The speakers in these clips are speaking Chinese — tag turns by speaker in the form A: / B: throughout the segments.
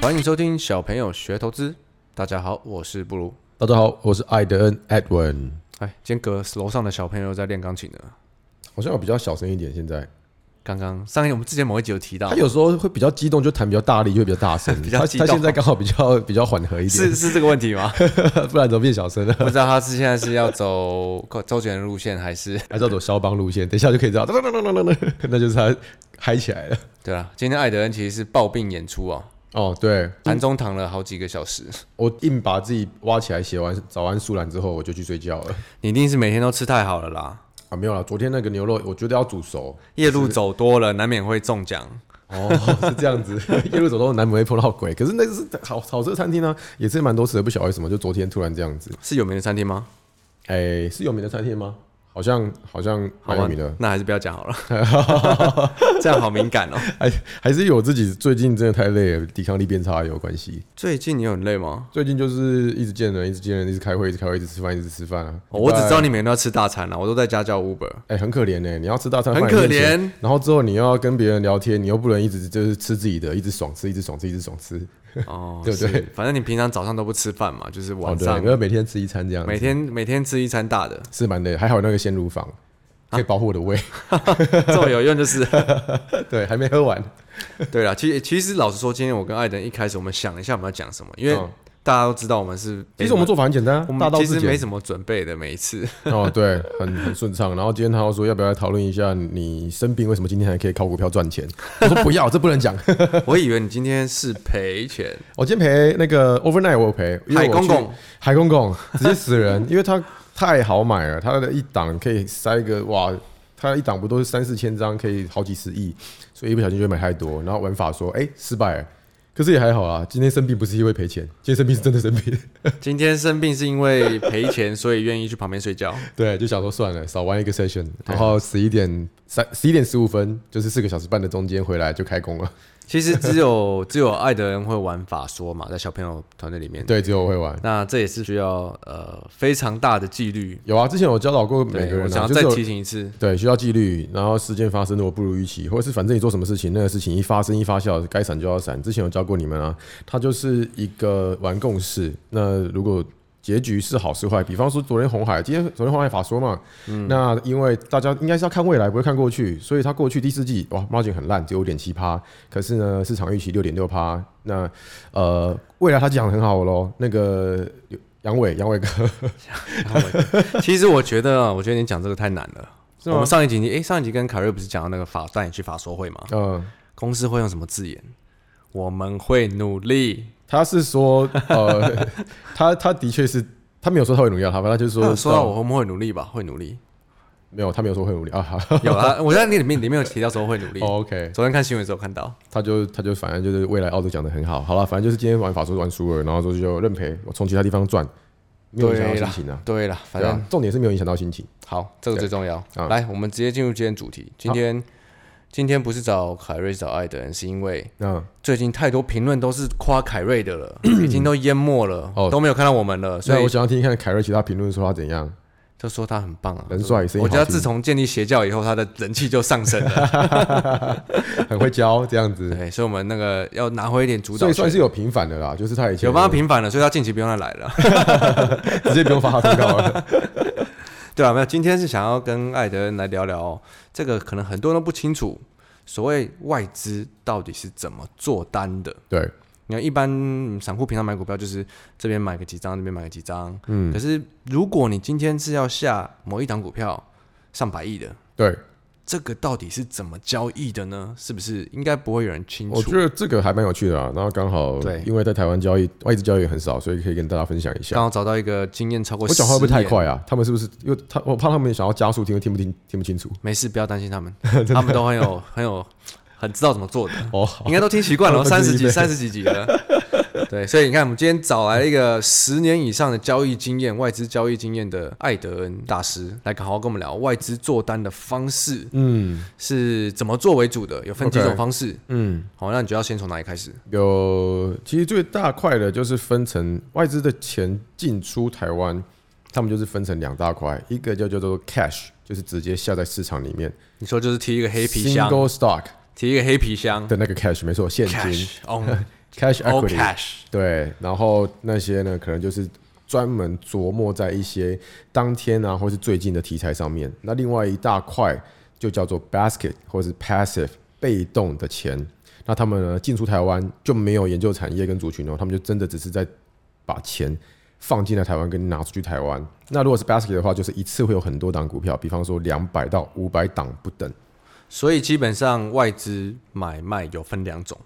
A: 欢迎收听小朋友学投资。大家好，我是布鲁。
B: 大家好，我是艾德恩 Edwin，
A: 哎，间隔楼上的小朋友在练钢琴呢。
B: 好像有比较小声一点。现在
A: 刚刚上一我们之前某一集有提到
B: 他，有时候会比较激动，就弹比较大力， 就会比较大声。
A: 比较
B: 他
A: 激动
B: 他现在刚好比较比较缓和一点，
A: 是是这个问题吗？
B: 不然怎么变小 声了？
A: 不知道他是现在是要走周杰伦路线，还是
B: 还是要走肖邦路线，等一下就可以知道，噔噔噔噔噔噔那就是他嗨起来了。
A: 对啊？今天艾德恩其实是抱病演出哦，
B: 哦，对，
A: 盘中躺了好几个小时。
B: 我硬把自己挖起来，写完早安舒兰之后，我就去睡觉了。
A: 你一定是每天都吃太好了啦，
B: 啊，没有啦，昨天那个牛肉我觉得要煮熟。
A: 夜路走多了，难免会中奖。
B: 哦，是这样子， 夜路走动难免会碰到鬼。可是那是好好吃的餐厅呢、也是蛮多次的，不晓得为什么，就昨天突然这样子。
A: 是有名的餐厅吗？
B: 哎、是有名的餐厅吗？好像好像蛮有
A: 吧
B: 名的，，
A: 那还是不要讲好了， 这样好敏感哦。
B: 还还是有自己最近真的太累了，抵抗力变差也有关系。
A: 最近你有很累吗？
B: 最近就是一直见人，一直见人，一直开会，一直开会，一直吃饭，一直吃饭啊。
A: 哦我只知道
B: 你，
A: 你每天都要吃大餐了，我都在家叫 Uber。
B: 哎、很可怜呢、你要吃大餐，
A: 很
B: 饭也面
A: 可
B: 前
A: 怜。
B: 然后之后你又要跟别人聊天，你又不能一直就是吃自己的，一直爽吃，一直爽吃，一直爽吃。
A: 哦，
B: 对不对
A: 是？反正你平常早上都不吃饭嘛，就是
B: 哦，
A: 晚
B: 对，
A: 上、
B: 因为每天吃一餐这样子，
A: 每天每天吃一餐大的，
B: 是蛮累。还好有那个鲜乳坊
A: 啊
B: 可以保护我的胃。
A: 这么有用就是
B: 对，还没喝完。
A: 哎对了。其实其实老实说，今天我跟艾登一开始我们想了一下我们要讲什么，因为
B: 嗯
A: 大家都知道我们是
B: 其实我们做法很简单啊
A: 我，
B: 大
A: 们
B: 道
A: 其
B: 至
A: 实
B: 简
A: 没。什么准备的，每一 次
B: 哦，对，很很顺畅。然后今天他又说要不要来讨论一下你生病为什么今天还可以靠股票赚钱？我说不要，这不能讲。
A: 我以为你今天是赔钱，
B: 我今天陪那个 overnight 我有陪因
A: 海
B: 为我
A: 公
B: 去
A: 公，
B: 海公公直接死人，因为他太好买了，他的一档可以塞个哇。他一档不都是三四千张，可以好几十亿，所以一不小心就买太多，然后玩法说，哎、失败了，可是也还好啊。今天生病不是因为赔钱，今天生病是真的生病，
A: 今天生病是因为赔钱，所以愿意去旁边睡 觉。
B: 对，就想说算了，少玩一个 session，然
A: 啊
B: 后十一点三十一点十五分，就是四个小时半的中间回来就 开工了。
A: 其实只有只有爱的人会玩法说嘛，在小朋友团队里面，
B: 对，只有我会玩。
A: 那这也是需要呃非常大的纪律。
B: 有啊，之前我教导过每
A: 对
B: 个，
A: 我
B: 人、
A: 想要
B: 啊，就
A: 再
B: 是有
A: 提醒一次，
B: 对需要纪律，然后事件发生如果不如预期，或者是反正你做什么事情，那个事情一发生一发酵，该闪就要闪。之前有教过你们啊，它就是一个玩共识。那如果结局是好是坏，比方说昨天红海，今天昨天红海法说嘛，那因为大家应该是要看未来，不会看过去，所以它过去第四季哇 margin 很烂，只有五点七趴，可是呢市场预期六点六趴。那呃未来他讲得很好喽，那个杨伟杨伟哥
A: 其实我觉得啊，我觉得你讲这个太难了。
B: 是吗
A: 我们上一集，诶，上一集跟凯瑞不是讲到那个法带你去法说会吗？
B: 呃。
A: 公司会用什么字眼？我们会努力。
B: 他是说，呃， 他他的确是，他没有说他会努力啊，他他就是
A: 他有嗯
B: 说，
A: 说到我们会努力吧，会努力。
B: 没有，他没有说会努力 啊。好
A: 有 啊，我在那里面里面有提到说会努力。
B: 哦 OK，
A: 昨天看新闻的时候看到，
B: 他就他就反正就是未来澳洲讲的很好，好了，反正就是今天玩法术玩输了，然后就就认赔，我从其他地方赚，没有影响到
A: 对啦
B: 心情啊。
A: 对了，反
B: 对
A: 正
B: 啊，重点是没有影响到心情。
A: 好，这个最重要。
B: 啊
A: 来，我们直接进入今天主题。今天今天不是找凯瑞是找艾德恩，是因为
B: 那
A: 最近太多评论都是夸凯瑞的 了，已经都淹没了，
B: 哦
A: 都没有看到我们了，所
B: 那
A: 以
B: 我想要听听看凯瑞其他评论说他怎样，
A: 就说他很棒啊，
B: 人帅声音
A: 我
B: 好
A: 觉
B: 听，
A: 得自从建立邪教以后，他的人气就上升了。
B: 很会教这样子，
A: 对，所以我们那个要拿回一点主
B: 所
A: 导
B: 以算
A: 权。
B: 是有平反的啦，就是他以前
A: 有帮他平反了，所以他近期不用再来了。
B: 直接不用发他通告 了。
A: 对啊，没有，今天是想要跟艾德恩来聊聊、哦、这个，可能很多人都不清楚，所谓外资到底是怎么做单的。
B: 对，
A: 你看，一般嗯散户平常买股票就是这边买个几张，那边买个几张。嗯，可是如果你今天是要下某一档股票上百亿的，
B: 对，
A: 这个到底是怎么交易的呢？是不是应该不会有人清
B: 我
A: 楚
B: 觉？得这个还蛮有趣的啊，然后刚好
A: 对
B: 因为在台湾交易外资交易也很少，所以可以跟大家分享一下
A: 刚。好找到一个经验超过，
B: 我讲话会不会太？快啊？他们是不是？因为他我怕他们想要加速听，听不听听不清楚。
A: 没事，不要担心他 们，他们都很有很有很知道怎么做的。
B: 哦，
A: 应该都听习惯了，
B: 二分
A: 三
B: 之
A: 十
B: 一
A: 几、
B: 倍
A: 三十几集了。 对，所以你看，我们今天找来一个十年以上的交易经验、外资交易经验的艾德恩大师，来好好跟我们聊外资做单的方式
B: 嗯
A: 是怎么做为主的，有分几
B: OK
A: 种方式。
B: 嗯，
A: 好，那你就要先从哪里开始？
B: 有，其实最大块的就是分成外资的钱进出台湾，他们就是分成两大块，一个就叫做 cash，就是直接下在市场里面
A: 你说就是提一个黑皮箱，
B: ，single stock
A: 提一个黑皮箱
B: 的那个 cash，没错，现金。
A: ，cash on
B: cash
A: all
B: equity，
A: cash，
B: 对，然后那些呢，可能就是专门琢磨在一些当天啊，或是最近的题材上面。那另外一大块就叫做 basket 或是 passive 被动的钱。那他们呢进出台湾就没有研究产业跟族群哦，他们就真的只是在把钱放进来台湾跟拿出去台湾。那如果是 basket 的话，就是一次会有很多档股票，比方说两百到五百档不等，
A: 所以基本上外资买卖有分两种，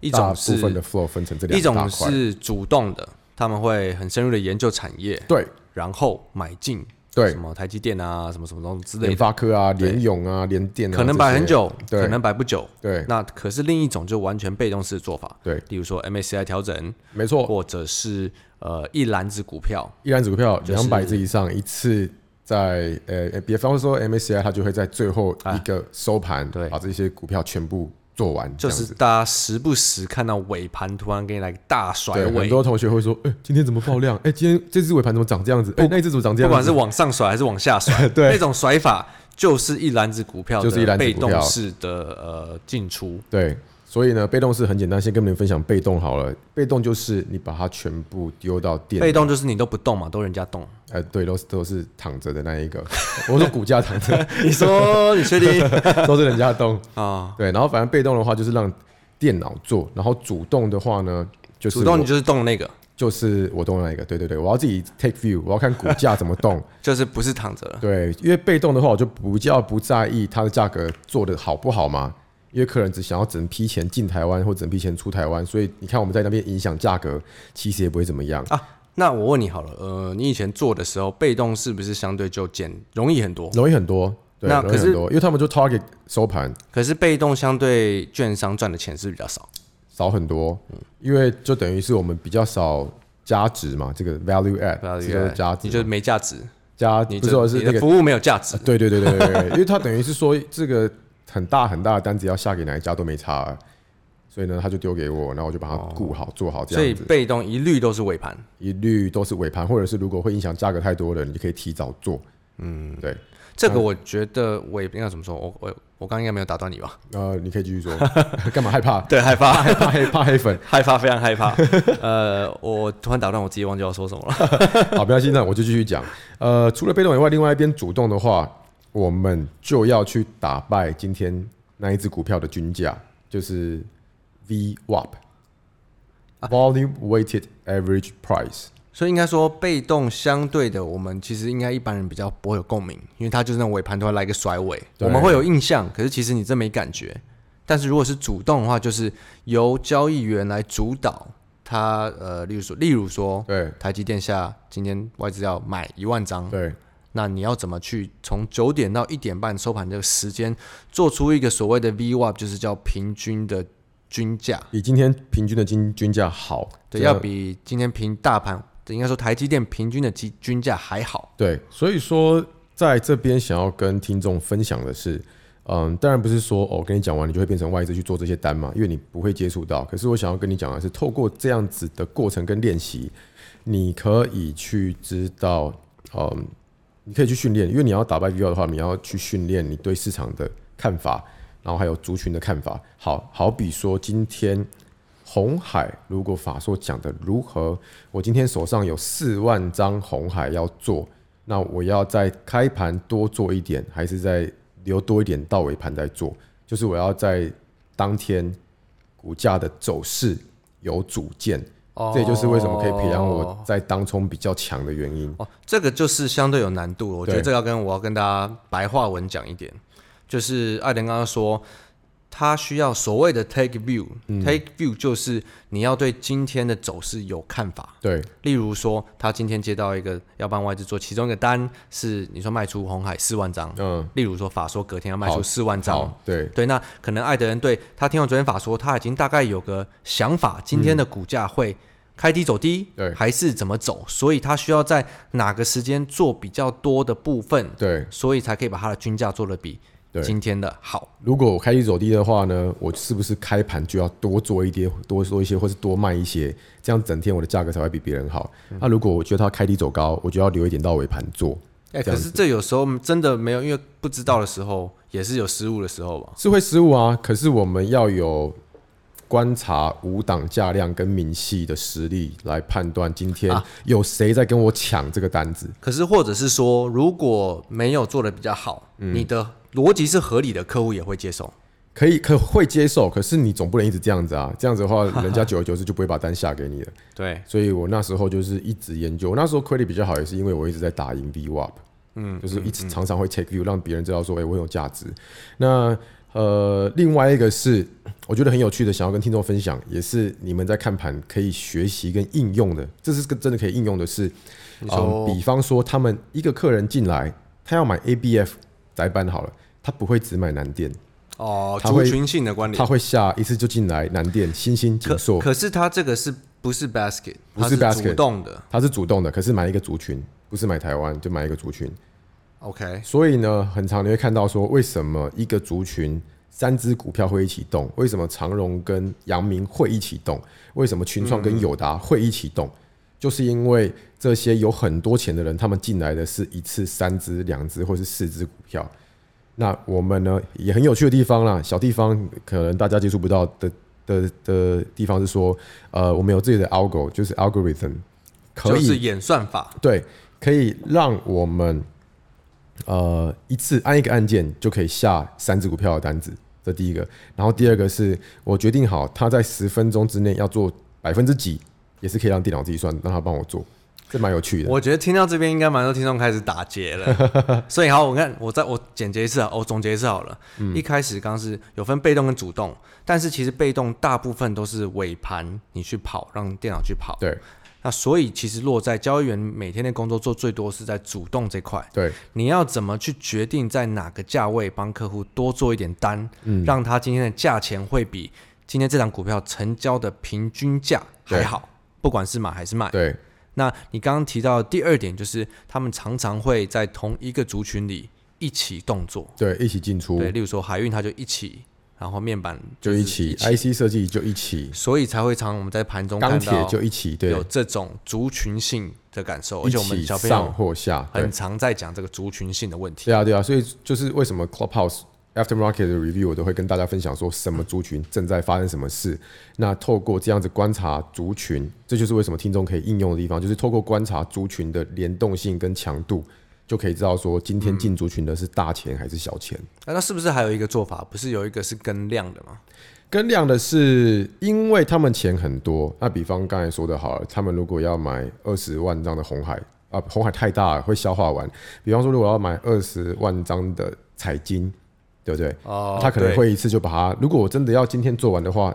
A: 一
B: 大
A: 种
B: 部
A: 是
B: 分的 flow 分成这两
A: 一
B: 大
A: 种
B: 块。
A: 是主动的，他们会很深入的研究产业，
B: 对
A: 然后买进
B: 对
A: 什，么台积电啊，什么什么东西之类
B: 联
A: 的，
B: 发科啊、
A: 对
B: 联咏啊、联电啊，
A: 可能摆很
B: 这些
A: 久，
B: 对
A: 可能摆不久。
B: 对
A: 那可是另一种就完全被动式的做法，
B: 对，
A: 例如说 MSCI 调整，
B: 没错，
A: 或者是呃一篮子股票，
B: 一篮子股票
A: 就是
B: 两百只以上，一次在呃，呃比方说 MSCI，它就会在最后一个收盘，
A: 啊对
B: 把这些股票全部做完，
A: 就
B: 这样
A: 是
B: 子
A: 大家时不时看到尾盘突然给你来个大甩
B: 对
A: 尾
B: 很，多同学会说，哎，今天怎么爆量？哎，今天这只尾盘怎么长这样子？哎，那一只怎么长这
A: 不
B: 样
A: 管
B: 子？
A: 是往上甩还是往下甩，
B: 对
A: 那种甩法就是一篮子股票
B: 就是一
A: 的
B: 篮子
A: 被
B: 股票
A: 动式的呃进出，
B: 对，所以呢，被动是很简单，先跟你们分享被动好了。被动就是你把它全部丢到电脑
A: 被动就是你都不动嘛，都人家动。
B: 呃，对，都是都是躺着的那一个。我说股价躺 着，
A: 你说你确 定
B: 都是人家动。
A: 啊？
B: 对，然后反正被动的话就是让电脑做，然后主动的话呢，就是
A: 主动
B: 我
A: 你就是动那个，
B: 就是我动的那一个，对对对，我要自己 take view，我要看股价怎 么动。
A: 就是不是躺着了。
B: 对，因为被动的话，我就比较不在意它的价格做的好不好嘛，因为客人只想要整批钱进台湾或整批钱出台湾，所以你看我们在那边影响价格，其实也不会怎么样。
A: 啊那我问你好了，呃，你以前做的时候，被动是不是相对就简容易很多？
B: 容易很多，对，
A: 那
B: 容易
A: 可是
B: 很多，因为他们就 target 收盘
A: 可是被动相对券商赚的钱是比较少，
B: 少很多，
A: 嗯
B: 因为就等于是我们比较少加值嘛，这个 value add，
A: 对
B: 这个加啊值
A: 你
B: 嘛，
A: 就是没价值，
B: 加
A: 你
B: 不是
A: 就
B: 我是
A: 你
B: 那
A: 的
B: 个
A: 服务没有价值。
B: 对对对对对对，因为他等于是说这个很大很大的单子要下给哪一家都没差、啊所以呢，他就丢给我，然后我就把它顾好、做好这
A: 哦所以
B: 样子，
A: 被动一律都是尾盘，
B: 一律都是尾盘，或者是如果会影响价格太多的，你就可以提早做。嗯，对，
A: 这个我觉得尾应该怎么说？我我我刚应该没有打断你吧？
B: 呃，你可以继续 说， 干嘛害怕？
A: 对，害怕，
B: 怕黑怕黑粉？
A: 害怕，非常害怕。呃，我突然打断我自己，忘记要说什么了。
B: 好，不要心那我就继续讲。呃，除了被动以外，另外一边主动的话，我们就要去打败今天那一只股票的均价，就是 VWAP。Volume
A: 啊
B: Weighted Average Price，
A: 所以应该说，被动相对的，我们其实应该一般人比较不会有共鸣，因为它就是那种尾盘突然来个甩尾，
B: 对
A: 我们会有印象，可是其实你真没感觉。但是如果是主动的话，就是由交易员来主导他，呃，例如说，例如说，
B: 对
A: 台积电下今天外资要买一万张，
B: 对
A: 那你要怎么去从九点到一点半收盘这个时间，做出一个所谓的 VWAP，就是叫平均的均价，
B: 比今天平均的均均价好，
A: 对，
B: 这样
A: 要比今天平大盘，应该说台积电平均的均均价还好。
B: 对，所以说在这边想要跟听众分享的是，嗯，当然不是说哦，跟你讲完你就会变成外资去做这些单嘛，因为你不会接触到。可是我想要跟你讲的是，透过这样子的过程跟练习，你可以去知道，嗯，你可以去训练，因为你要打败 VL 的话，你要去训练你对市场的看法，然后还有族群的看法。好好比说今天。红海，如果法硕讲的如何，我今天手上有四万张红海要做，那我要在开盘多做一点，还是在留多一点到尾盘再做？就是我要在当天股价的走势有主见，
A: 哦
B: 这也就是为什么可以培养我在当冲比较强的原因。
A: 哦，这个就是相对有难度了。我觉得
B: 对
A: 这个要跟我要跟大家白话文讲一点，就是艾伦刚刚说，他需要所谓的 take view，take、view 就是你要对今天的走势有看法。
B: 对
A: 例如说，他今天接到一个要帮外资做，其中一个单是你说卖出红海四万张，
B: 嗯，
A: 例如说法说隔天要卖
B: 好
A: 出四万张，
B: 好，对
A: 对，那可能艾德人对他听完昨天法说，他已经大概有个想法，今天的股价会开低走低，
B: 对
A: 还是怎么走，所以他需要在哪个时间做比较多的部分，
B: 对
A: 所以才可以把他的均价做的比
B: 对。
A: 今天的好。
B: 如果我开低走低的话呢，我是不是开盘就要多做一点，多做一些，或是多卖一些，这样整天我的价格才会比别人好？那、如果我觉得它开低走高，我就要留一点到尾盘做，
A: 哎、
B: 这
A: 可
B: 样
A: 是这有时候真的没有，因为不嗯知道的时候也是有失误的时候吧。
B: 是会失误啊。可是我们要有观察五档价量跟明细的实力来判断今天有谁在跟我抢这个单子。
A: 可是或者是说，如果没有做的比较好，你的逻辑是合理的，客户也会接受。
B: 可以可会接受，可是你总不能一直这样子啊！这样子的话，人家久而久之就不会把单下给你了。
A: 对，
B: 所以我那时候就是一直研究。我那时候 credit 比较好，也是因为我一直在打赢 VWAP，嗯，就是一直常常会 take you，让别人知道说，哎、我有价值。那呃，另外一个是我觉得很有趣的，想要跟听众分享，也是你们在看盘可以学习跟应用的，这是个真的可以应用的是，嗯
A: 说
B: 比方说他们一个客人进来，他要买 ABF 宅班好了，他不会只买南电，
A: 哦，
B: 他
A: 族
B: 会
A: 群性的关联
B: 他。会下一次就进来南电、新兴、锦
A: 可
B: 硕，
A: 可是它这个是不是 basket？
B: 不是
A: 它主
B: basket
A: 动的。
B: 他是主动的，可是买一个族群，不是买台湾，就买一个族群。
A: OK，
B: 所以呢，很常你会看到说，为什么一个族群三只股票会一起动？为什么长荣跟阳明会一起动？为什么群创跟友达会一起动？就是因为这些有很多钱的人，他们进来的是一次三只、两只或是四只股票。那我们呢也很有趣的地方啦，小地方可能大家接触不到的的的地方是说，呃，我们有自己的 algo，就是 algorithm，可
A: 就
B: 以
A: 是演算法。
B: 对，可以让我们呃一次按一个按键就可以下三只股票的单子，这第一个。然后第二个是我决定好它在十分钟之内要做百分之几，也是可以让电脑自己算，让它帮我做，这蛮有趣的。
A: 我觉得听到这边应该蛮多听众开始打结 了，所以好，我看我再我简洁一次啊，我总结一次好了。
B: 嗯
A: 一开始刚是有分被动跟主动，但是其实被动大部分都是尾盘你去跑，让电脑去跑。
B: 对
A: 那所以其实落在交易员每天的工作做最多是在主动这块，
B: 对
A: 你要怎么去决定在哪个价位帮客户多做一点单，
B: 嗯
A: 让他今天的价钱会比今天这档股票成交的平均价还
B: 对
A: 好，不管是买还是卖。
B: 对
A: 那你刚刚提到的第二点就是，他们常常会在同一个族群里一起动作，
B: 对，一起进出
A: 对，例如说海运，它就一起，然后面板
B: 嗯就是一起，IC 哎设计就一起，
A: 所以才会常我们在盘中
B: 钢
A: 看
B: 铁
A: 到
B: 就一起，对
A: 有，这种族群性的感受，而
B: 一
A: 且我们
B: 起
A: 小朋友
B: 上或下，对
A: 很常在讲这个族群性的问题。
B: 对啊，对啊，所以就是为什么 Clubhouse Aftermarket 的 review 我都会跟大家分享说什么族群正在发生什么事。那透过这样子观察族群，这就是为什么听众可以应用的地方，就是透过观察族群的联动性跟强度，就可以知道说今天进族群的是大钱还是小钱。
A: 那那是不是还有一个做法？不是有一个是跟量的吗？
B: 跟量的是，因为他们钱很多。那比方刚才说的好了，他们如果要买二十万张的红海啊，红海太大了会消化完。比方说，如果要买二十万张的彩金，对不对？
A: 哦
B: 他可能会一次就把它。如果我真的要今天做完的话，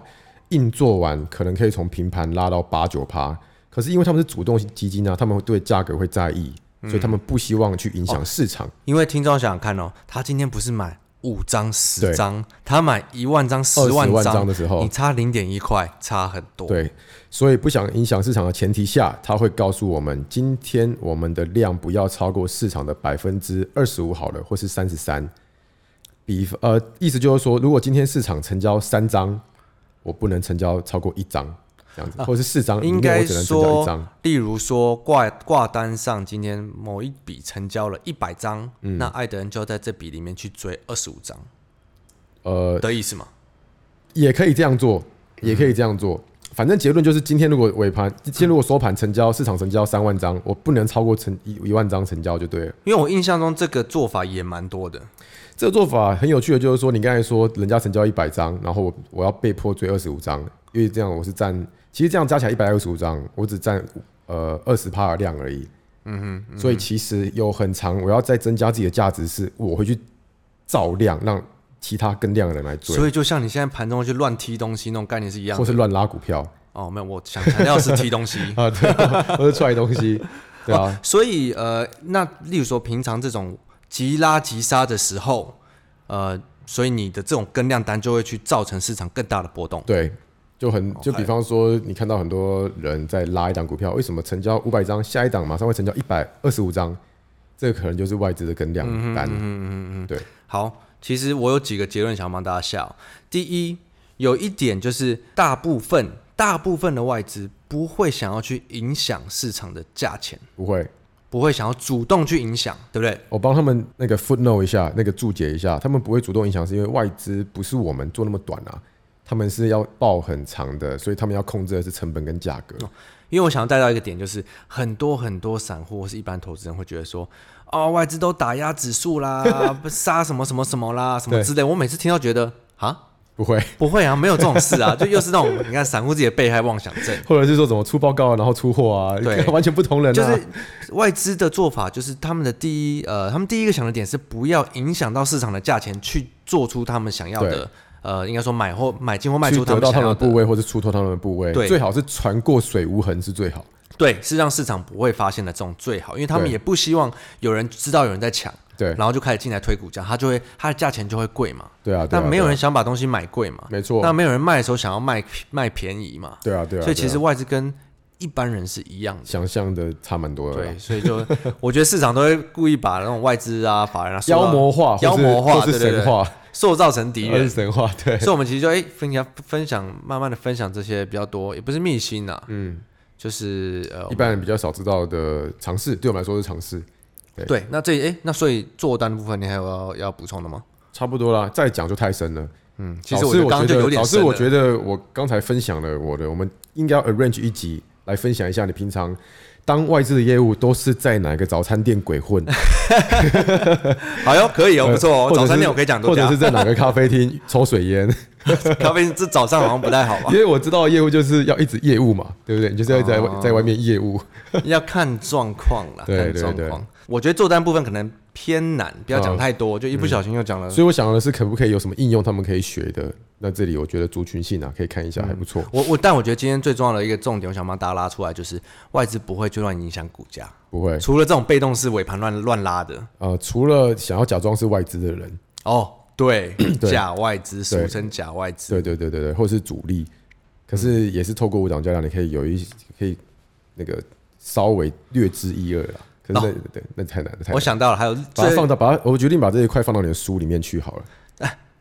B: 硬做完可能可以从平盘拉到八九趴。可是因为他们是主动基金啊，他们会对价格会在意，
A: 嗯
B: 所以他们不希望去影响市场。
A: 因为听众想想看哦，他今天不是买五张、十
B: 对
A: 张，他买一万张、十
B: 20万
A: 张
B: 张的时候
A: 你差零点一块，差很多。，
B: 对，所以不想影响市场的前提下，他会告诉我们，今天我们的量不要超过市场的百分之二十五好了，或是三十三。比呃，意思就是说，如果今天市场成交三张，我不能成交超过一张，这样子，或者是四张，
A: 啊应
B: 里面
A: 该
B: 我只能成交一
A: 说
B: 张。，
A: 例如说挂挂单上今天某一笔成交了一百张，
B: 嗯
A: 那艾德恩就在这笔里面去追二十五张
B: 呃，
A: 的意思嘛？
B: 也可以这样做，也可以这样做。反正结论就是，今天如果尾盘，今天如果收盘成交，市场成交三万张，我不能超过成一一万张成交就对了。
A: 因为我印象中这个做法也蛮多的，
B: 这个做法很有趣的，就是说你刚才说人家成交一百张，然后我我要被迫追二十五张，因为这样我是占，其实这样加起来一百二十五张，我只占呃二十趴的量而已。嗯哼，所以其实有很长，我要再增加自己的价值是，我会去造量，让其他更量的人来追，
A: 所以就像你现在盘中去乱踢东西那种概念是一样的。
B: 或是乱拉股票
A: 哦，没有，我想强调是踢东西。
B: 啊，对，或是踹东西，对啊，
A: 所以呃，那例如说平常这种急拉急杀的时候，呃，所以你的这种跟量单就会去造成市场更大的波动。
B: 对，就很就比方说，你看到很多人在拉一档股票，为什么成交五百张，下一档马上会成交一百二十五张？这个可能就是外资的跟量
A: 嗯
B: 单。
A: 好，其实我有几个结论想要帮大家下哦、第一，有一点就是大部分大部分的外资不会想要去影响市场的价钱，
B: 不会，
A: 不会想要主动去影响，对不对？
B: 我帮他们那个 footnote 一下，那个注解一下，他们不会主动影响，是因为外资不是我们做那么短啊，他们是要报很长的，所以他们要控制的是成本跟价格。
A: 哦因为我想要带到一个点，就是很多很多散户或是一般投资人会觉得说，哦，外资都打压指数 啦，不杀什么什么什么啦，什么
B: 对
A: 之类。我每次听到觉得啊，
B: 不会，
A: 不会啊，没有这种事啊，就又是那种你看散户自己的被害妄想症，
B: 或者是说怎么出报告啊然后出货啊，
A: 对
B: 完全不同人、啊。
A: 就是外资的做法，就是他们的第一呃，他们第一个想的点是不要影响到市场的价钱，去做出他们想要的
B: 对
A: 呃，应该说买或买进或卖
B: 去
A: 出
B: 得
A: 们
B: 到他
A: 想
B: 们
A: 要
B: 的
A: 的
B: 部。位，或是出脱他们的部位，
A: 对
B: 最好是船过水无痕是最好。
A: 对，是让市场不会发现的这种最好，因为他们
B: 对
A: 也不希望有人知道有人在抢，
B: 对
A: 然后就开始进来推股价，它就会它的价钱就会贵嘛。
B: 对啊，对啊
A: 但没有
B: 对啊
A: 人想把东西买贵嘛，
B: 没错
A: 那没有人卖的时候想要卖卖便宜嘛，
B: 对啊，对啊，
A: 所以其
B: 对
A: 实
B: 啊
A: 外资跟一般人是一样的。
B: 想象的差蛮多的啦
A: 对，，所以就 我觉得市场都会故意把那种外资啊、法人啊塑造
B: 妖魔化，
A: 妖魔化，
B: 或是或
A: 对
B: 是
A: 对
B: 神
A: 对，
B: 话，呃
A: 塑造成敌
B: 或是
A: 人。
B: 神话，对，
A: 所以，我们其实就哎、分享分享，慢慢的分享这些比较多，也不是秘辛啊，
B: 嗯，
A: 就是呃，
B: 一般人比较少知道的尝试，对我们来说是尝试，
A: 对，那这哎、那所以做单的部分，你还有要要补充的吗？
B: 差不多啦。再讲就太深了。
A: 嗯，其
B: 老
A: 实我
B: 师，
A: 觉得刚刚就有点
B: 老师，
A: 深
B: 我
A: 了
B: 觉得我刚才分享了我的，我们应该要 arrange 一集来分享一下你平常当外资的业务都是在哪个早餐店 鬼混，
A: 好哟，可以哦，
B: 呃
A: 不错哦
B: 或，者
A: 早餐
B: 是
A: 店我可以讲
B: 或
A: 多
B: 者
A: 家
B: 是，在哪个咖啡厅抽水烟，
A: 咖啡这早上好像不太好吧
B: 因？为我知道业务就是要一直业务嘛，对不对？你就是要在外
A: 哦
B: 在外面业务，
A: 要看状况啦，
B: 对
A: 看
B: 对
A: 状
B: 对
A: 况。我觉得做单部分可能偏难，不要讲
B: 嗯
A: 太多，就一不小心又讲了
B: 所以我想的是可不可以有什么应用他们可以学的。那这里我觉得族群
A: 嗯
B: 性啊，可以看一下，还不错，
A: 我我，但我觉得今天最重要的一个重点，我想帮大家拉出来，就是外资不会去乱影响股价，
B: 不会。
A: 除了这种被动式尾盘乱乱拉的。
B: 呃，除了想要假装是外资的人，
A: 哦，对，
B: 对
A: 假外资，俗
B: 对
A: 称假外资。
B: 对对对对对，或是主力，可
A: 嗯
B: 是也是透过五档加量，你可以有一可以那个稍微略知一二啦。可是那、对那太难了，
A: 哦
B: 太难
A: 我
B: 了
A: 想到了，还有
B: 把它
A: 最
B: 放到把它，我决定把这一块放到你的书里面去好了。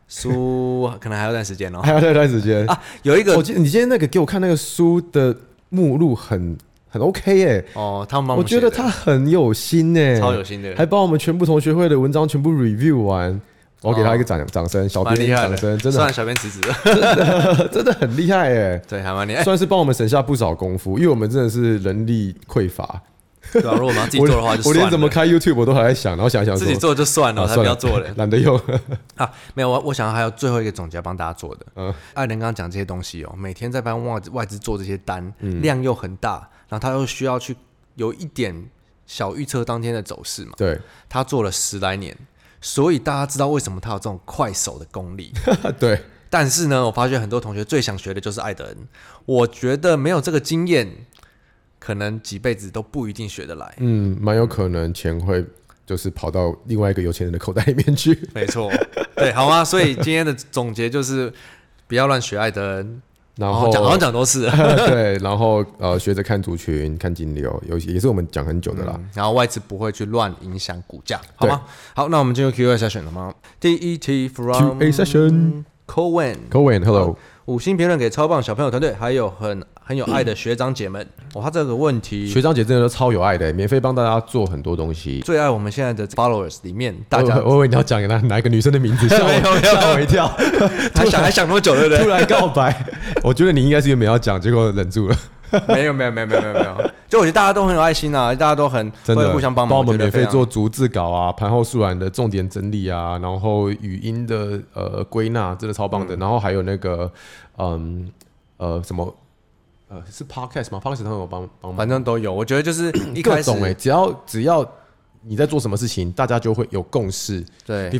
A: 书可能还有段时间哦。
B: 还有那段时间，
A: 啊，有一
B: 我
A: 个
B: 记得你今天那个给我看那个书的目录很很 OK 耶、
A: 哦，他们帮
B: 我
A: 们
B: 觉
A: 写
B: 得
A: 的
B: 他很有心耶、
A: 超有心的，
B: 还把我们全部同学会的文章全部 review 完。我给他一个掌掌声，小
A: 蛮
B: 编
A: 厉害的，
B: 掌声，真
A: 虽
B: 的
A: 然小编辞职了，
B: 真的很厉害 耶、
A: 对，还蛮厉害。
B: 算是帮我们省下不少功夫，因为我们真的是人力匮乏。
A: 对啊，如果我们要自己
B: 我
A: 做的话，就
B: 我
A: 算
B: 连怎么
A: 了。
B: 开 YouTube 我都还在想，然后想一想
A: 自己
B: 说
A: 做就算了，
B: 啊
A: 才不
B: 算
A: 要
B: 了
A: 做了
B: 懒得用。
A: 啊！没有，我我想还有最后一个总结要帮大家做的。
B: 嗯
A: 艾伦刚刚讲这些东西哦，每天在帮外资外资做这些单，
B: 嗯
A: 量又很大，然后他又需要去有一点小预测当天的走势嘛，
B: 对
A: 他做了十来年，所以大家知道为什么他有这种快手的功力。
B: 对，
A: 但是呢，我发现很多同学最想学的就是艾德恩，我觉得没有这个经验，可能几辈子都不一定学得来。
B: 嗯，蛮有可能钱会就是跑到另外一个有钱人的口袋里面去。
A: 没错，对，好吗？所以今天的总结就是不要乱学艾德恩，
B: 然
A: 哦
B: 后
A: 讲好像讲多次了，
B: 对，然后呃，学着看族群、看金流，有也是我们讲很久的啦。
A: 然后外资不会去乱影响股价，好吗？好，那我们进入 Q&A 筛选了吗？第一题 from
B: Q&A session
A: Cohen，
B: Cohen，Hello，
A: 五星评论给超棒小朋友团队，还有很很有爱的学长姐们。哇，他这个问题
B: 学长姐真的都超有爱的，免费帮大家做很多东西。
A: 最爱我们现在的 followers 里面，大家
B: 我我以为你要讲哪哪一个女生的名字，吓
A: 没有
B: 我
A: 没有
B: 吓我一跳，
A: 还想还想那么久，对不对
B: 突？然告白。 我觉得你应该是原本要讲，结果忍住了。
A: 没有没有没有没有没有没有，就我觉得大家都很有爱心啊，大家都很
B: 真
A: 会
B: 的
A: 互相帮忙，
B: 帮我们
A: 觉得
B: 免
A: 非
B: 费
A: 常
B: 做逐字稿啊，盘后素然的重点整理啊，然后语音的呃归纳，真的超棒的。然后还有那个嗯呃什么呃是 podcast 吗？podcast 他们有帮帮忙，
A: 反正都有。我觉得就是 一
B: 各
A: 开始，
B: 种哎、只要只要你在做什么事情，大家就会有共识。比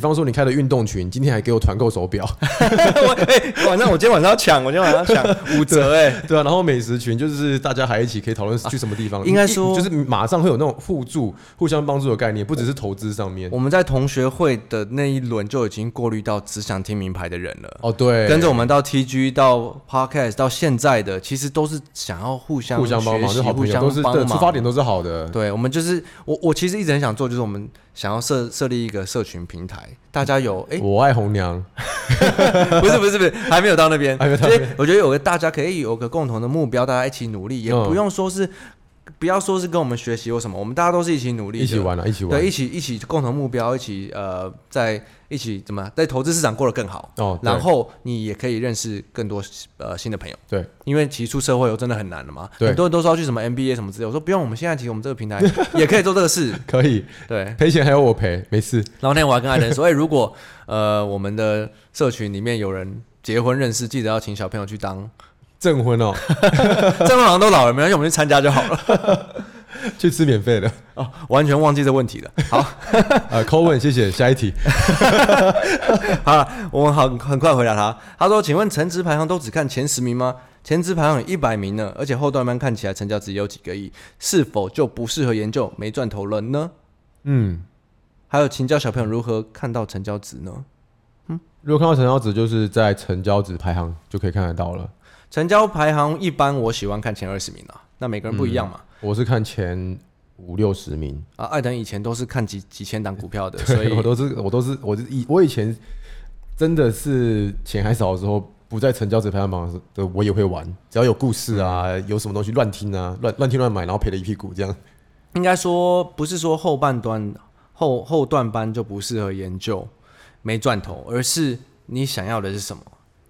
A: 对，
B: 方说你开欸了运动群，今天还给我团购手表，
A: 我哎，晚上我今天晚上要抢，我今天晚上要 抢五折哎，
B: 对啊，然后美食群就是大家还一起可以讨论去什么地方，
A: 应该
B: 一
A: 说
B: 就是马上会有那种互助、互相帮助的概念，不只是投资上面。
A: 我们在同学会的那一轮就已经过滤到只想听名牌的人了。
B: 哦，对，
A: 跟着我们到 TG 到 Podcast 到现在的，其实都是想要互相
B: 互相帮忙，
A: 学习
B: 就好
A: 互
B: 朋友
A: 相
B: 都是
A: 帮
B: 对
A: 忙。
B: 出发点都是好的。
A: 对，我们就是我，我其实一直很想做，就是我们想要设设立一个社群平台，大家有哎、
B: 我爱红娘，
A: 不是不是不是，还没有到那边。
B: 还没有到
A: 所以我觉得有个大家可以有个共同的目标，大家一起努力，也
B: 嗯
A: 不用说是不要说是跟我们学习或什么，我们大家都是一起努力的，
B: 一起玩啊，一起玩
A: 对，。一起一起共同目标，一起呃，在一起怎么在投资市场过得更好，
B: 哦，对
A: 然后你也可以认识更多呃新的朋友。
B: 对，
A: 因为其实出社会真的很难了嘛，
B: 对
A: 很多人都说要去什么 MBA 什么之类，我说不用，我们现在其实我们这个平台也可以做这个事。
B: 可以
A: 对，
B: 赔钱还有我赔，没事。
A: 然后那天我还跟艾伦说，哎、如果 呃我们的社群里面有人结婚认识，记得要请小朋友去当，
B: 证婚哦，
A: 这样好像都老了，没关系，我们去参加就好了。
B: 去吃免费的。
A: 哦，完全忘记这问题了。 好，
B: 呃，扣问，谢谢。下一题，
A: 好了，我们很很快回答他。他说：“请问成值排行都只看前十名吗？前值排行有一百名呢，而且后段班看起来成交只有几个亿，是否就不适合研究没赚头了呢？
B: 嗯，
A: 还有，请教小朋友如何看到成交值呢？
B: 如果看到成交值，就是在成交值排行就可以看得到了。
A: 成交排行一般我喜欢看前二十名啊，那每个人不一样嘛。
B: 我是看前五六十名，
A: 啊，艾登以前都是看几几千档股票的，所以
B: 我都是我都是我是以我以前真的是钱还少的时候，不在成交值排行榜的我也会玩，只要有故事啊，有什么东西乱听啊，乱乱听乱买，然后赔了一屁股这样。
A: 应该说不是说后半段后后段班就不适合研究没赚头，而是你想要的是什么。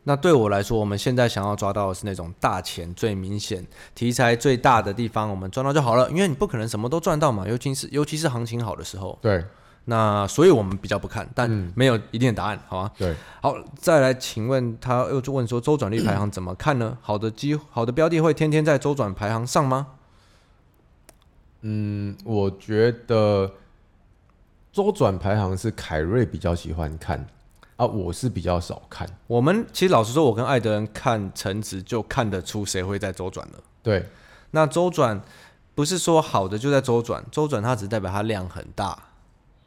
A: 那对我来说，我们现在想要抓到的是那种大钱最明显、题材最大的地方，我们赚到就好了。因为你不可能什么都赚到嘛，尤其是尤其是行情好的时候。
B: 对
A: 那所以我们比较不看，但
B: 嗯
A: 没有一定的答案，好吗？
B: 对，
A: 好，再来，请问他又就问说周转率排行怎么看 呢？好的机好的标的会天天在周转排行上吗？
B: 嗯，我觉得周转排行是凯瑞比较喜欢看啊，我是比较少看。
A: 我们其实老实说，我跟艾德恩看成值就看得出谁会在周转了。
B: 对，
A: 那周转不是说好的就在周转，周转它只代表它量很大，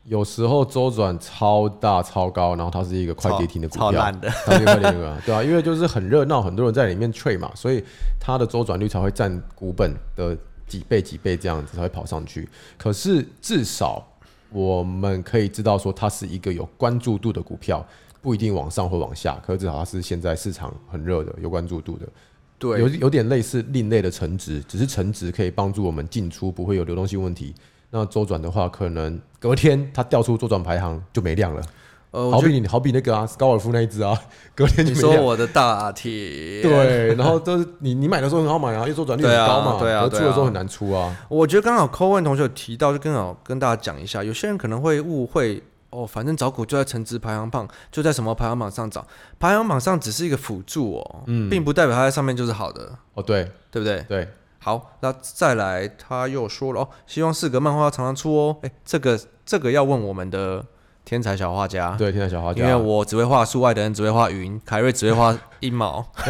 B: 有时候周转超大超高，然后它是一个快跌停的股
A: 超超
B: 票，
A: 烂的。
B: 它是一个快跌停的股 票，对啊，因为就是很热闹，很多人在里面 trade 嘛，所以它的周转率才会占股本的几倍几倍这样子才会跑上去。可是至少我们可以知道说它是一个有关注度的股票，不一定往上或往下，可是至少它是现在市场很热的、有关注度的。有
A: 对，
B: 有点类似另类的橙值，只是橙值可以帮助我们进出，不会有流动性问题。那周转的话，可能隔天它调出周转排行就没量了。
A: 呃，我
B: 好
A: 觉得
B: 比你好比那个啊，高尔夫那一只啊， 隔天就
A: 你
B: 没
A: 说
B: 量。
A: 我的大铁，，
B: 对，啊然后都是你你买的时候很好买啊，因为周转率很高嘛，
A: 对啊对啊
B: 然后出的时
A: 对啊
B: 候很难出啊。
A: 我觉得刚好 Cohen 同学有提到，就刚好跟大家讲一下，有些人可能会误会哦，反正找股就在成值排行榜，就在什么排行榜上找，排行榜上只是一个辅助哦，
B: 嗯
A: 并不代表它在上面就是好的，
B: 哦，对
A: 对不对？
B: 对，
A: 好，那再来，他又说了哦，希望四格漫画常常出哦。哎，这个这个要问我们的天才小画家，
B: 对，天才小花
A: 啊因为
B: 家，
A: 我只会画树，外的人只会画云，凯瑞只会画阴毛，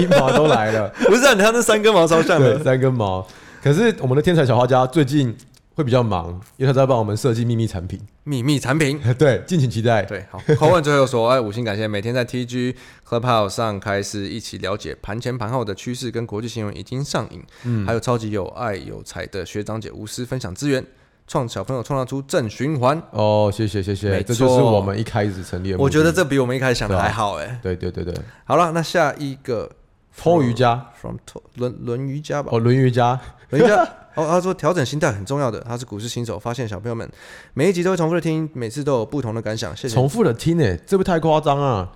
B: 一毛都来 了，
A: 不是、啊、你看那三根毛超像
B: 对，
A: 的。
B: 三根毛。可是我们的天才小花家最近会比较忙，因为他在帮我们设计秘密产品。
A: 秘密产品，
B: 对，敬请期待。
A: 对，好。口吻最后说，哎，五星感谢，每天在 TG Clubhouse 上开始一起了解盘前盘后的趋势跟国际新闻，已经上瘾。嗯，还有超级有爱有才的学长姐无私分享资源，创小朋友创造出正循环。
B: 哦，谢谢谢
A: 没错
B: 谢，这就是我们一开始成立的目的。
A: 我觉得这比我们一开始想的
B: 对啊
A: 还好哎、
B: 对对对对，
A: 好了，那下一个
B: 偷瑜伽
A: from 托轮轮瑜伽吧，
B: 哦，轮瑜伽，
A: 轮瑜 伽。哦，他说调整心态很重要的，他是股市新手，发现小朋友们每一集都会重复的听，每次都有不同的感想。谢谢。
B: 重复的听诶，这不太夸张啊！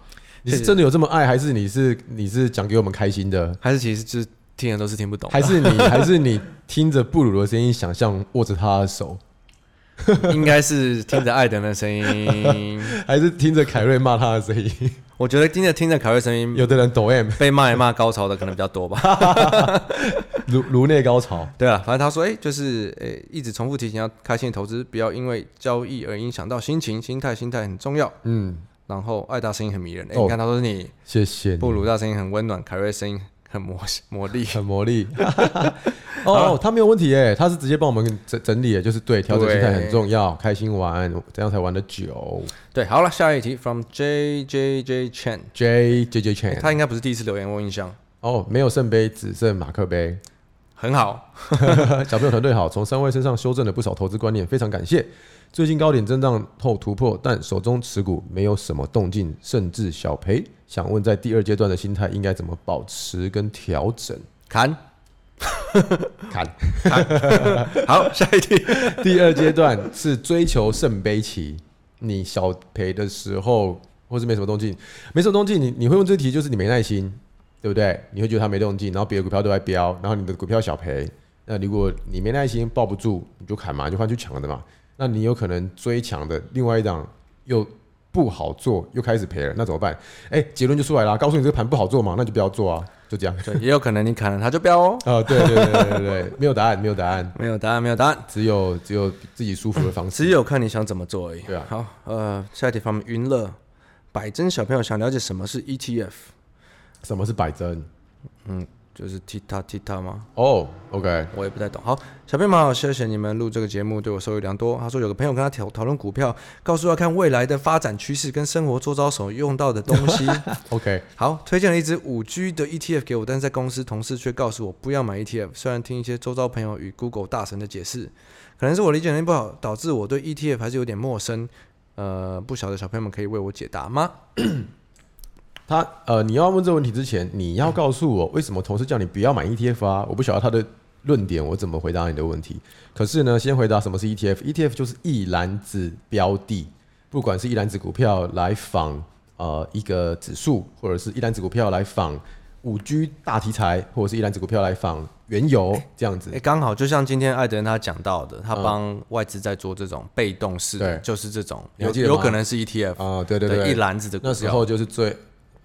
B: 你是
A: 谢谢
B: 真的有这么爱，还是你是你是讲给我们开心的？
A: 还是其实就是听人都是听不懂，
B: 还是你 还是你听着布鲁的声音，想象握着他的手，
A: 应该是听着艾登的声音。
B: 还是听着凯瑞骂他的 声音？
A: 我觉得听着听着凯瑞声音，
B: 有的人抖 M
A: 被骂一骂高潮的可能比较多吧。
B: 颅颅内高潮，
A: 对啊，反正他说，哎、就是，哎、一直重复提醒要开心的投资，不要因为交易而影响到心情、心态，心态很重要。
B: 嗯，
A: 然后艾大声音很迷人，哎、
B: 哦
A: 你看他说是你。
B: 谢谢你，
A: 布鲁大声音很温暖，凯瑞声音很 魔魔力。
B: 很魔力。 哦，他没有问题诶，他是直接帮我们整整理耶，就是对调整心态很重要，开心玩，这样才玩得久。
A: 对，好了，下一题 from J J J Chen，、
B: J J J
A: 欸
B: Chan，
A: 他应该不是第一次留言，我印象
B: 哦，没有圣杯，只剩马克杯。
A: 很好。
B: 小朋友团队好，从三位身上修正了不少投资观念，非常感谢。最近高点震荡后突破，但手中持股没有什么动静，甚至小赔。想问，在第二阶段的心态应该怎么保持跟调整？
A: 砍
B: 看
A: 好，下一题。
B: 第二阶段是追求圣杯棋，你小赔的时候，或是没什么动静，没什么动静，你你会问这题就是你没耐心，对不对？你会觉得它没动静，然后别的股票都在飙，然后你的股票小赔，那如果你没耐心抱不住，你就砍嘛，你就换去强的嘛，那你有可能追强的另外一档又。不好做，又开始赔了，那怎么办？哎、结论就出来了，告诉你这个盘不好做嘛，那就不要做啊，就这样。
A: 对，也有可能你砍了它就标哦。
B: 啊、对对对对对对，没有答案，没有答案，
A: 没有答案，没有答案，
B: 只有只有自己舒服的方式。
A: 只有看你想怎么做而已。
B: 对啊
A: 好，呃，下一题方面，云乐，百珍小朋友想了解什么是 E ETF，
B: 什么是摆针？
A: 就是 Tita Tita 吗？
B: 哦、o k
A: 我也不太懂。好，小编们好，谢谢你们录这个节目，对我受益良多。他说有个朋友跟他讨讨论股票，告诉要看未来的发展趋势跟生活周遭所用到的东 西。
B: OK，
A: 好，推荐了一只五 G 的 ETF 给我，但是在公司同事却告诉我不要买 ETF。虽然听一些周遭朋友与 Google 大神的解释，可能是我理解能力不好，导致我对 ETF 还是有点陌生。呃，不晓得小朋友们可以为我解答吗？
B: 他呃，你要问这个问题之前，你要告诉我为什么同事叫你不要买 ETF 啊？我不晓得他的论点，我怎么回答你的问题？可是呢，先回答什么是 E ETF。ETF 就是一篮子标的，不管是一篮子股票来仿呃一个指数，或者是一篮子股票来仿五 G 大题材，或者是一篮子股票来仿原油这样子
A: 哎、。刚好就像今天艾德恩他讲到的，他帮外资在做这种被动式的，
B: 嗯对
A: 就是这种
B: 你还
A: 有
B: 记得
A: 有
B: 吗
A: 可能是 ETF
B: 啊、对对
A: 对
B: 对，
A: 一篮子的股票。
B: 那时候就是最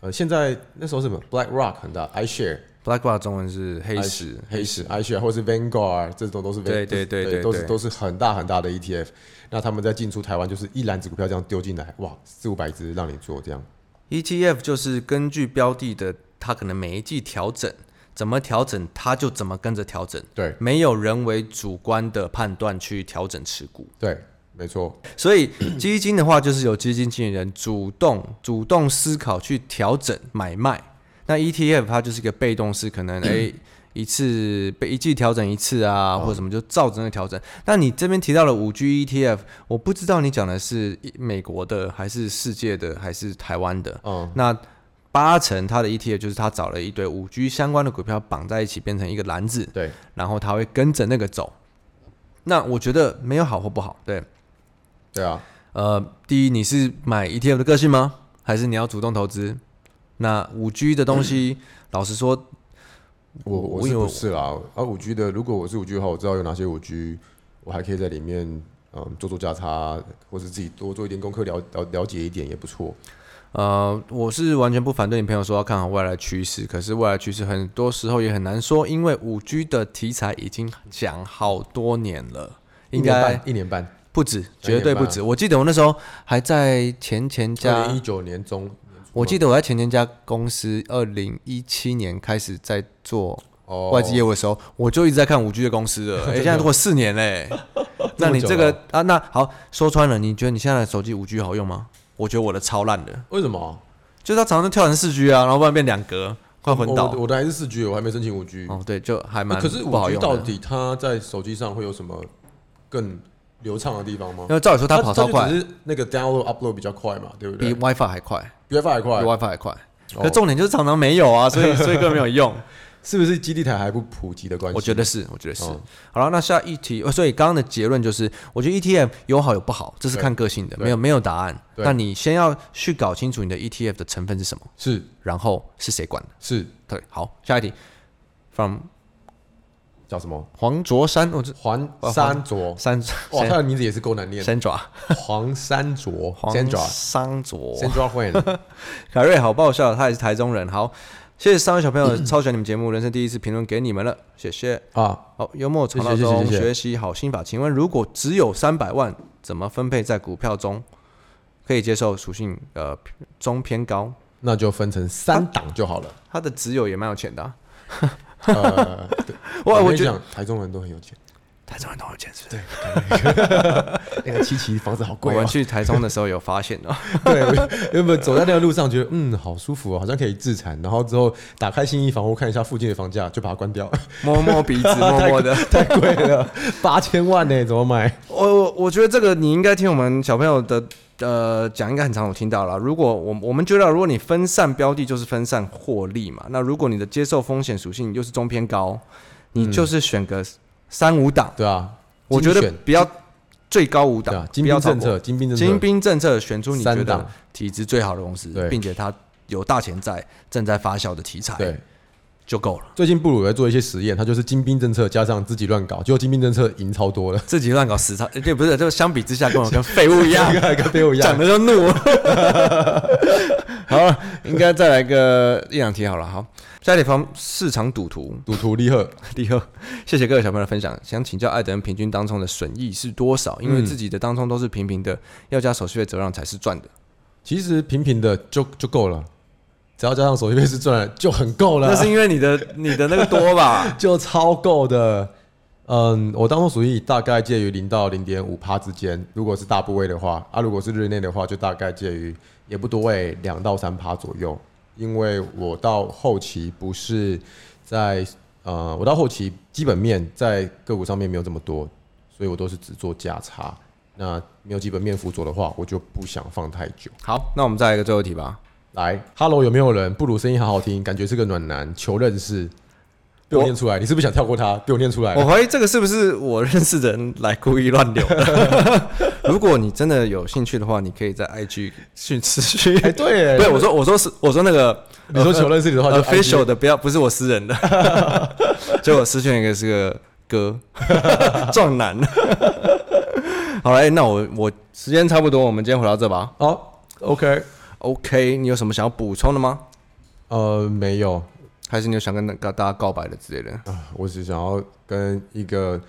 B: 呃，现在那时候是什么 BlackRock 很大，iShare。
A: BlackRock 中文是黑石，
B: 黑石、iShare 或是 Vanguard 这种都是 Van-
A: 对对对对
B: 都是
A: 对
B: 都是很大很大的 ETF。那他们在进出台湾就是一篮子股票这样丢进来，哇，四五百只让你做这样。
A: ETF E 就是根据标的的，它可能每一季调整，怎么调整它就怎么跟着调整，
B: 对
A: 没有人为主观的判断去调整持股。
B: 对，没错，
A: 所以基金的话，就是有基金经理人主动主动思考去调整买卖。那 ETF 它就是一个被动式，可能诶一次被一季调整一次啊，或者什么就照着那个调整。那你这边提到了五 G ETF，我不知道你讲的是美国的还是世界的还是台湾的。
B: 嗯，
A: 那八成它的 ETF 就是它找了一堆五 G 相关的股票绑在一起，变成一个篮子，
B: 对，
A: 然后它会跟着那个走。那我觉得没有好或不好，对，
B: 对啊，
A: 呃，第一，你是买 ETF 的个性吗？还是你要主动投资？那五 G 的东西， 老实说，
B: 我
A: 我
B: 我是
A: 有
B: 不是啦？而五 G 的，如果我是五 G 的话，我知道有哪些五 G，我还可以在里面嗯做做价差，或是自己多做一点功课了了了解一点也不错。
A: 呃，我是完全不反对你朋友说要看好未来的趋势，可是未来趋势很多时候也很难说，因为五 G 的题材已经讲好多年了，应
B: 一年
A: 该
B: 半一年半，
A: 不止，
B: 两
A: 绝对
B: 年
A: 不
B: 半
A: 止。我记得我那时候还在前前
B: 二零
A: 家
B: 一，九年中，年初
A: 我记
B: 吗
A: 得我在前前家公司，二零一七年开始在做
B: 哦
A: 外籍业务的时候，我就一直在看五 G 的公司 了。哎、现在如果四年嘞、那你这
B: 这么久
A: 个啊，那好说穿了，你觉得你现在的手机五 G 好用吗？我觉得我的超烂的，
B: 为什么？
A: 就是它常常跳成四 G 啊，然后不然变两格，快昏
B: 哦我
A: 倒
B: 的。我的还是四 G，我还没申请五 G。
A: 哦，对，就还蛮
B: 可是五
A: 不好
B: G
A: 用
B: 到
A: 的。
B: 底它在手机上会有什么更流畅的地方吗
A: 因？为照理说它跑超快，
B: 只是那个 download upload 比较快嘛，对不
A: 比
B: 对？
A: WiFi 还快，
B: 比 WiFi 还
A: 比
B: 快，
A: WiFi 还快。可重点就是常常没有啊， 所以所以根本没有用。
B: 是不是基地台还不普及的关系？
A: 我觉得是，我觉得是。
B: 哦
A: 好了，那下一题，呃所以刚刚的结论就是，我觉得 ETF 有好有不好，这是
B: 对
A: 看个性的，
B: 对
A: 没有没有答案。
B: 对
A: 那你先要去搞清楚你的 ETF 的成分是什么，
B: 是
A: 然后是谁管的。
B: 是
A: 对，好，下一题，from
B: 叫什么？
A: 黄卓山，哦我、这
B: 黄
A: 黄
B: 山卓，
A: 山
B: 哦哇，
A: 山
B: 他的名字也是够难 念。
A: 山爪，
B: 黄山卓，
A: 黄
B: 山卓，
A: 山卓，
B: 山卓 Huan，
A: 凯瑞好爆笑，他也是台中人。好，谢谢三位小朋友，超喜欢你们节目，人生第一次评论给你们了，谢谢。
B: 啊，
A: 好，幽默吵闹
B: 谢谢
A: 中
B: 谢谢谢谢
A: 学习好心法。请问，如果只有三百万，怎么分配在股票中？可以接受属性呃中偏高，
B: 那就分成三档就好了。
A: 他的只有也蛮有钱的、啊。
B: 呃，对
A: 哇 我
B: 我跟你
A: 觉得
B: 讲，台中人都很有钱，
A: 台中人都有钱是不是？
B: 那个七期房子好
A: 我
B: 贵哦
A: 们。去台中的时候有发现啊，
B: 对，我原本走在那个路上，觉得嗯好舒服哦，好像可以自产。然后之后打开新一房屋看一下附近的房价，就把它关掉，
A: 摸摸鼻子，摸摸的。
B: 太贵 了，八千万呢，怎么买？
A: 我我我觉得这个你应该听我们小朋友的呃讲，应该很常有听到了。如果我我们觉得，如果你分散标的就是分散获利嘛，那如果你的接受风险属性又是中偏高，你就是选个三五档，
B: 对啊，
A: 我觉得
B: 精选
A: 不要最高五
B: 对
A: 档
B: 啊，，精
A: 不要
B: 兵
A: 超
B: 政
A: 过
B: 策，精兵政
A: 精
B: 策，
A: 兵政策选出你觉
B: 三
A: 得
B: 档
A: 体质最好的公司
B: 对，
A: 并且它有大潜在正在发酵的题材，
B: 对。
A: 就够了。
B: 最近布鲁在做一些实验，他就是精兵政策加上自己乱搞，结果精兵政策赢超多了，
A: 自己乱搞死他，对，不是，就相比之下跟我跟废物一 样，
B: 跟跟队伍一
A: 讲
B: 样。
A: 的就怒。 好了，应该再来个一两题好了。好，下一题方市场赌徒，
B: 赌徒厉害，
A: 第二，谢谢各位小朋友的分享。想请教艾德恩平均当冲的损益是多少？
B: 嗯
A: 因为自己的当冲都是平平的，要加手续费折让才是赚的。
B: 其实平平的就就够了，只要加上手续费是赚了就很够了。
A: 那是因为你的你的那个多吧？
B: 就超够的。嗯，我当中属于大概介于零到零点五趴之间，如果是大部位的话，啊，如果是日内的话，就大概介于也不多位两到三趴左右。因为我到后期不是在呃，我到后期基本面在个股上面没有这么多，所以我都是只做价差。那没有基本面辅佐的话，我就不想放太久。
A: 好，那我们再来一个最后一题吧。
B: 来，Hello，有没有人？不如声音好好听，感觉是个暖男，求认识。被我
A: 我
B: 念出来，你是不是想跳过他？被我念出来了
A: 我。怀疑这个是不是我认识的人来故意乱留的？ 如果你真的有兴趣的话，你可以在 IG 去持续。
B: 哎，对 耶，
A: 对，我说我说是我说那个呃
B: 你说求认识你的
A: 哦
B: 话就
A: official 的，不要不是我私人的。 结果私讯一个是个 哥，壮男。好嘞，那我我时间差不多，我们今天回到这吧。
B: 好，OK，哦
A: OK，你有什么想要补充的吗？
B: 呃，没有，啊
A: 还是你有想跟大大家告白的之类的？
B: 我只想要跟一个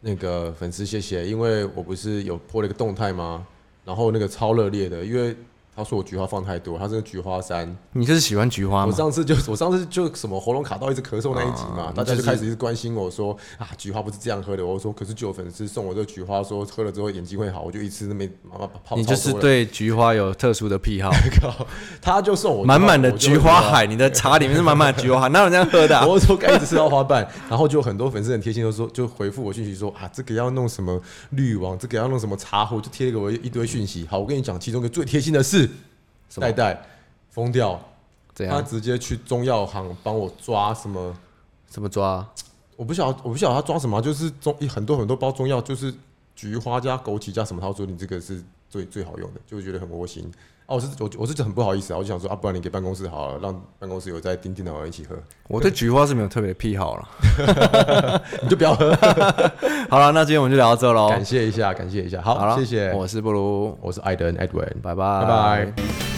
B: 那个粉丝谢谢，因为我不是有破了一个动态吗？然后那个超热烈的，因为他说我菊花放太多，他是个菊花山。
A: 你就是喜欢菊花
B: 我
A: 吗？
B: 上次就我上次就什么喉咙卡到一直咳嗽那一集嘛，
A: 啊
B: 大家
A: 就
B: 就是开始一直关心我说啊，菊花不是这样喝的。我说可是就有粉丝送我这个菊花，说喝了之后眼睛会好，我就一次那没妈妈泡。
A: 你就是
B: 泡多了，
A: 对菊花有特殊的癖 好，
B: 他就送我
A: 满满的
B: 我就
A: 菊花
B: 我就
A: 海，你的茶里面是满满的菊花海，哪有这样喝的啊、
B: 我说该一直吃到花瓣，然后就很多粉丝很贴心，就说就回复我讯息说啊，这个要弄什么滤网，这个要弄什么茶壶，就贴给我一堆讯息。好，我跟你讲，其中一个最贴心的是
A: 什么
B: 戴戴疯掉，
A: 怎
B: 他
A: 样？
B: 直接去中药行帮我抓什么，
A: 怎么抓啊、
B: 我不晓得我不晓得他抓什么，啊就是中很多很多包中药，就是菊花加枸杞加什么，他说你这个是最最好用的，就觉得很窝心。啊，我是我我是很不好意思啊，我就想说啊，不然你给办公室好了，让办公室有在盯电脑一起喝，
A: 我对菊花是没有特别癖好了。
B: 你就不要喝。
A: 好了，那今天我们就聊到这喽。
B: 感谢一下，感谢一下，
A: 好
B: 好，
A: 了，
B: 谢谢，
A: 我是布鲁，
B: 我是艾登 Edwin，
A: 拜拜，
B: 拜拜。